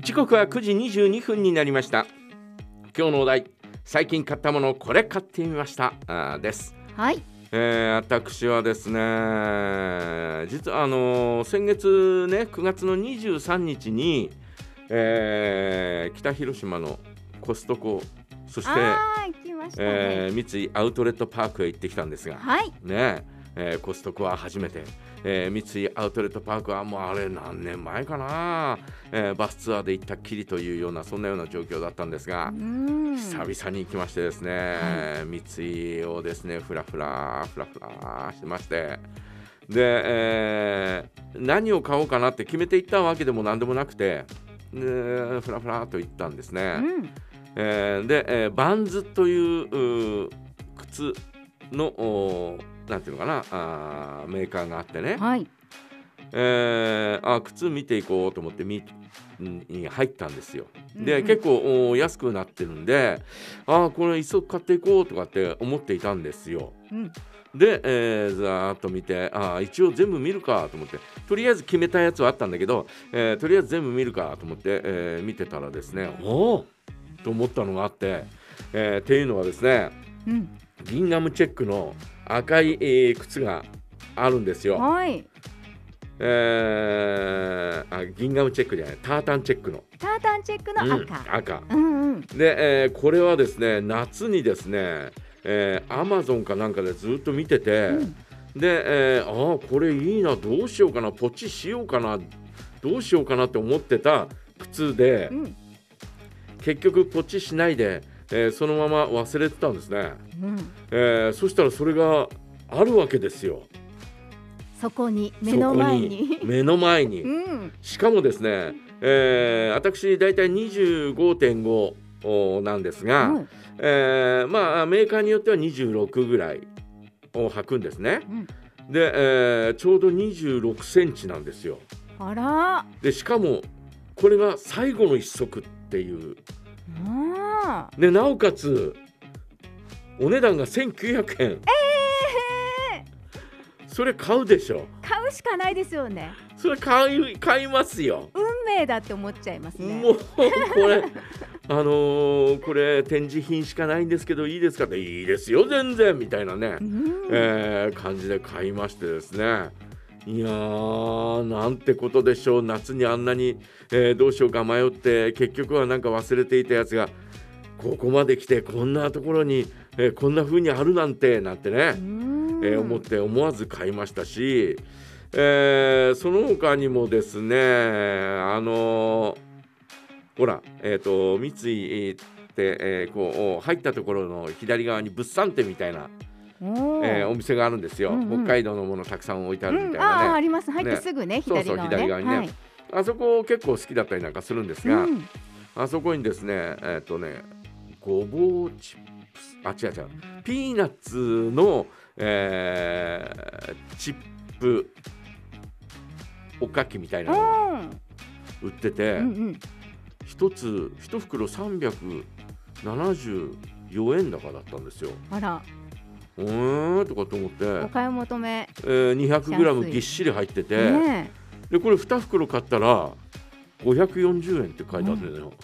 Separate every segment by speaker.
Speaker 1: 時刻は9時22分になりました今日のお題最近買ったものこれ買ってみましたあーです、
Speaker 2: はい。
Speaker 1: えー私はですね実はあのー先月ね9月の23日に、えー北広島のコストコそして、
Speaker 2: ああ、来ましたね。
Speaker 1: えー三井アウトレットパークへ行ってきたんですが、
Speaker 2: はい。
Speaker 1: ねええーコストコは初めて、えー三井アウトレットパークはもうあれ何年前かな、えーバスツアーで行ったっきりというようなそんなような状況だったんですが
Speaker 2: う、ん。
Speaker 1: 久々に行きましてですね、三井をですねふらふらふらふらしてましてで、えー何を買おうかなって決めていったわけでも何でもなくて。でふらふらと行ったんですね。
Speaker 2: うん。
Speaker 1: えーで、えーバンズといううー靴のおーなんていうのかなあーメーカーがあってね、
Speaker 2: はい。
Speaker 1: えーあ靴見ていこうと思ってみに入ったんですよ。
Speaker 2: うん
Speaker 1: で、
Speaker 2: うん
Speaker 1: 結構おー安くなってるんであーこれ一足買っていこうとかって思っていたんですよ。
Speaker 2: うん。
Speaker 1: で、えー、ざーっと見てあー一応全部見るかと思ってとりあえず決めたやつはあったんだけど、えーとりあえず全部見るかと思って、えー見てたらですねおおと思ったのがあって、えーっていうのはですね
Speaker 2: うん。
Speaker 1: ギンガムチェックの赤い、えー靴があるんですよ、
Speaker 2: はい。
Speaker 1: えーあギンガムチェックじゃないタータンチェックの、
Speaker 2: タータンチェックの
Speaker 1: うん
Speaker 2: 赤。
Speaker 1: 赤
Speaker 2: うんうん。
Speaker 1: で、えーこれはですね夏にですねアマゾンかなんかでずっと見てて、
Speaker 2: うん
Speaker 1: で、えーああこれいいなどうしようかなポチしようかなどうしようかなって思ってた靴で
Speaker 2: うん。
Speaker 1: 結局ポチしないで、えーそのまま忘れてたんですね、
Speaker 2: うん。
Speaker 1: えーそしたらそれがあるわけですよ
Speaker 2: そこに、目の前に
Speaker 1: そこ。目の前に
Speaker 2: うん。
Speaker 1: しかもですね、えー、私大体25.5おなんですが、
Speaker 2: うん
Speaker 1: えーまあメーカーによっては26ぐらいを履くんですね。
Speaker 2: うん
Speaker 1: で、えーちょうど26センチなんですよ。
Speaker 2: あら。
Speaker 1: でしかもこれが最後の一足っていう。
Speaker 2: ああ。
Speaker 1: でなおかつお値段が1900円。
Speaker 2: ええ
Speaker 1: それ買うでしょ。
Speaker 2: ー。買うしかないですよね。
Speaker 1: それ買い買いますよ。
Speaker 2: 運命だって思っちゃいますね。
Speaker 1: もうこれあのーこれ展示品しかないんですけどいいですかっていいですよ全然みたいなね。
Speaker 2: うん。
Speaker 1: えー感じで買いましてですねいやーなんてことでしょう夏にあんなに、えーどうしようか迷って結局はなんか忘れていたやつがここまで来てこんなところに、えーこんな風にあるなんてなんてね、
Speaker 2: うん
Speaker 1: えー思って思わず買いましたし、えーその他にもですねあのーほら、えー、と三井って、えーこう入ったところの左側に物産展みたいな
Speaker 2: おー
Speaker 1: えーお店があるんですよ、
Speaker 2: うんうん
Speaker 1: 北海道のものたくさん置いてあるみ
Speaker 2: うん、
Speaker 1: たいなね、
Speaker 2: ああ
Speaker 1: あ
Speaker 2: あります入って
Speaker 1: ね
Speaker 2: すぐね
Speaker 1: そう
Speaker 2: 左
Speaker 1: そう
Speaker 2: 側ね
Speaker 1: 左側にね
Speaker 2: はい
Speaker 1: そこ結構好きだったりなんかするんです
Speaker 2: う
Speaker 1: が、
Speaker 2: ん、
Speaker 1: あそこにですねえっ、とねごぼうチップスあ違う違うピーナッツの、えーチップおかきみたいなのが売ってて
Speaker 2: うんうん
Speaker 1: 一、つ一袋374円高だったんですよ。
Speaker 2: あら
Speaker 1: うーんとかと思って、
Speaker 2: お買い求め
Speaker 1: えー、200g ぎっしり入ってて。
Speaker 2: ね
Speaker 1: でこれ2袋買ったら540円って書いてあるんだよ、
Speaker 2: え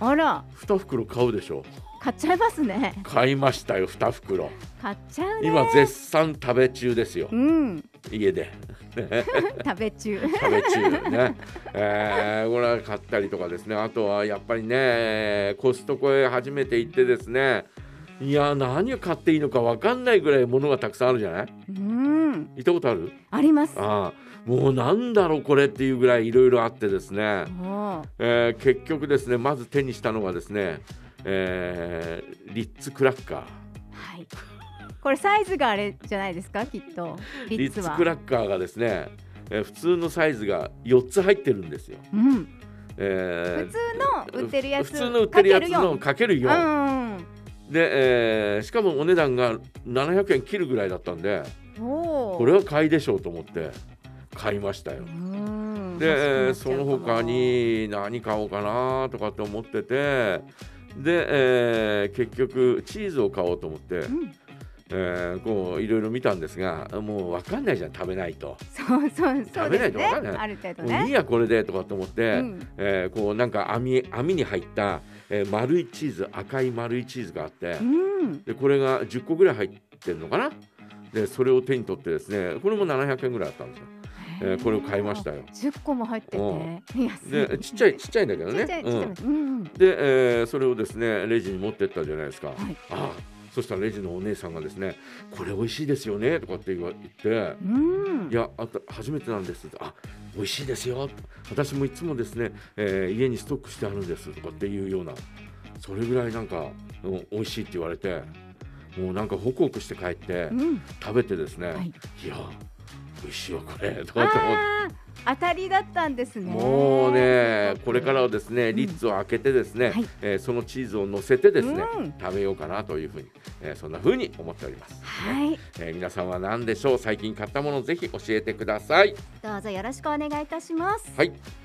Speaker 2: あら
Speaker 1: 2袋買うでしょ
Speaker 2: 買っちゃいますね
Speaker 1: 買いましたよ2袋
Speaker 2: 買っちゃうね
Speaker 1: 今絶賛食べ中ですよ
Speaker 2: うん
Speaker 1: 家で
Speaker 2: 食べ 中
Speaker 1: 食べ中ね、 えーこれは買ったりとかですねあとはやっぱりねコストコへ初めて行ってですねいや何を買っていいのか分かんないぐらいものがたくさんあるじゃない
Speaker 2: うん
Speaker 1: 行ったことある
Speaker 2: あります
Speaker 1: ああもうなんだろうこれっていうぐらいいろいろあってですね
Speaker 2: おー
Speaker 1: えー結局ですねまず手にしたのがですね、えーリッツクラッカー
Speaker 2: はいこれサイズがあれじゃないですかきっとリ
Speaker 1: リ
Speaker 2: ッ
Speaker 1: ッ
Speaker 2: ツ
Speaker 1: ツ
Speaker 2: は
Speaker 1: クラッカーがですね、えー普通のサイズが4つ入ってるんですよ、
Speaker 2: うん
Speaker 1: え
Speaker 2: 普通の売ってるや
Speaker 1: 普
Speaker 2: つ
Speaker 1: 通の売ってるやつのか
Speaker 2: か
Speaker 1: ける
Speaker 2: ける
Speaker 1: 4、
Speaker 2: 4
Speaker 1: で、えーしかもお値段が700円切るぐらいだったんで
Speaker 2: うんお
Speaker 1: これは買いでしょうと思って買いましたよ
Speaker 2: うん
Speaker 1: で、えー
Speaker 2: 欲し
Speaker 1: そ
Speaker 2: くな
Speaker 1: の
Speaker 2: っちゃうか
Speaker 1: 他
Speaker 2: も
Speaker 1: に何買おうかなとかって思っててで、えー結局チーズを買おうと思って、
Speaker 2: うん
Speaker 1: えーこういろいろ見たんですがもう分かんないじゃん食べないと、
Speaker 2: そうそうそう
Speaker 1: 食べな
Speaker 2: です
Speaker 1: いと
Speaker 2: ね
Speaker 1: わかんない
Speaker 2: ある程度
Speaker 1: もういい
Speaker 2: ね
Speaker 1: やこれでとかと思って、
Speaker 2: うん
Speaker 1: えーこうなんか網網に入った、えー丸いチーズ赤い丸いチーズがあって、
Speaker 2: うん
Speaker 1: でこれが10個ぐらい入ってるのかなでそれを手に取ってですねこれも700円ぐらいあったんですよ、えーこれを買いましたよ
Speaker 2: 十個も入ってて安い
Speaker 1: でちっちゃいちっちゃいんだけど
Speaker 2: ちっ
Speaker 1: ね
Speaker 2: ちゃいち
Speaker 1: う
Speaker 2: っちゃ
Speaker 1: ん
Speaker 2: いうんうん
Speaker 1: で、えーそれをですねレジに持ってったじゃないですか、
Speaker 2: い
Speaker 1: ああそしたらレジのお姉さんがですねこれ美味しいですよねとかって言わ言って
Speaker 2: うん
Speaker 1: いやあと初めてなんですってあ美味しいですよ私もいつもですね、えー家にストックしてあるんですとかっていうようなそれぐらいなんか、うん、美味しいって言われてもうなんかホクホクして帰って
Speaker 2: うん
Speaker 1: 食べてですね、
Speaker 2: はい
Speaker 1: い、や美味しいよこれとかって思って。
Speaker 2: ああ当たりだったんですね
Speaker 1: もうね、これからはですね、
Speaker 2: ん
Speaker 1: リッツを開けてですね、
Speaker 2: はい
Speaker 1: えーそのチーズを乗せてですね、
Speaker 2: うん
Speaker 1: 食べようかなというふうに、えーそんなふうに思っております、
Speaker 2: はい
Speaker 1: えー皆さんは何でしょう最近買ったものぜひ教えてください
Speaker 2: どうぞよろしくお願いいたします
Speaker 1: はい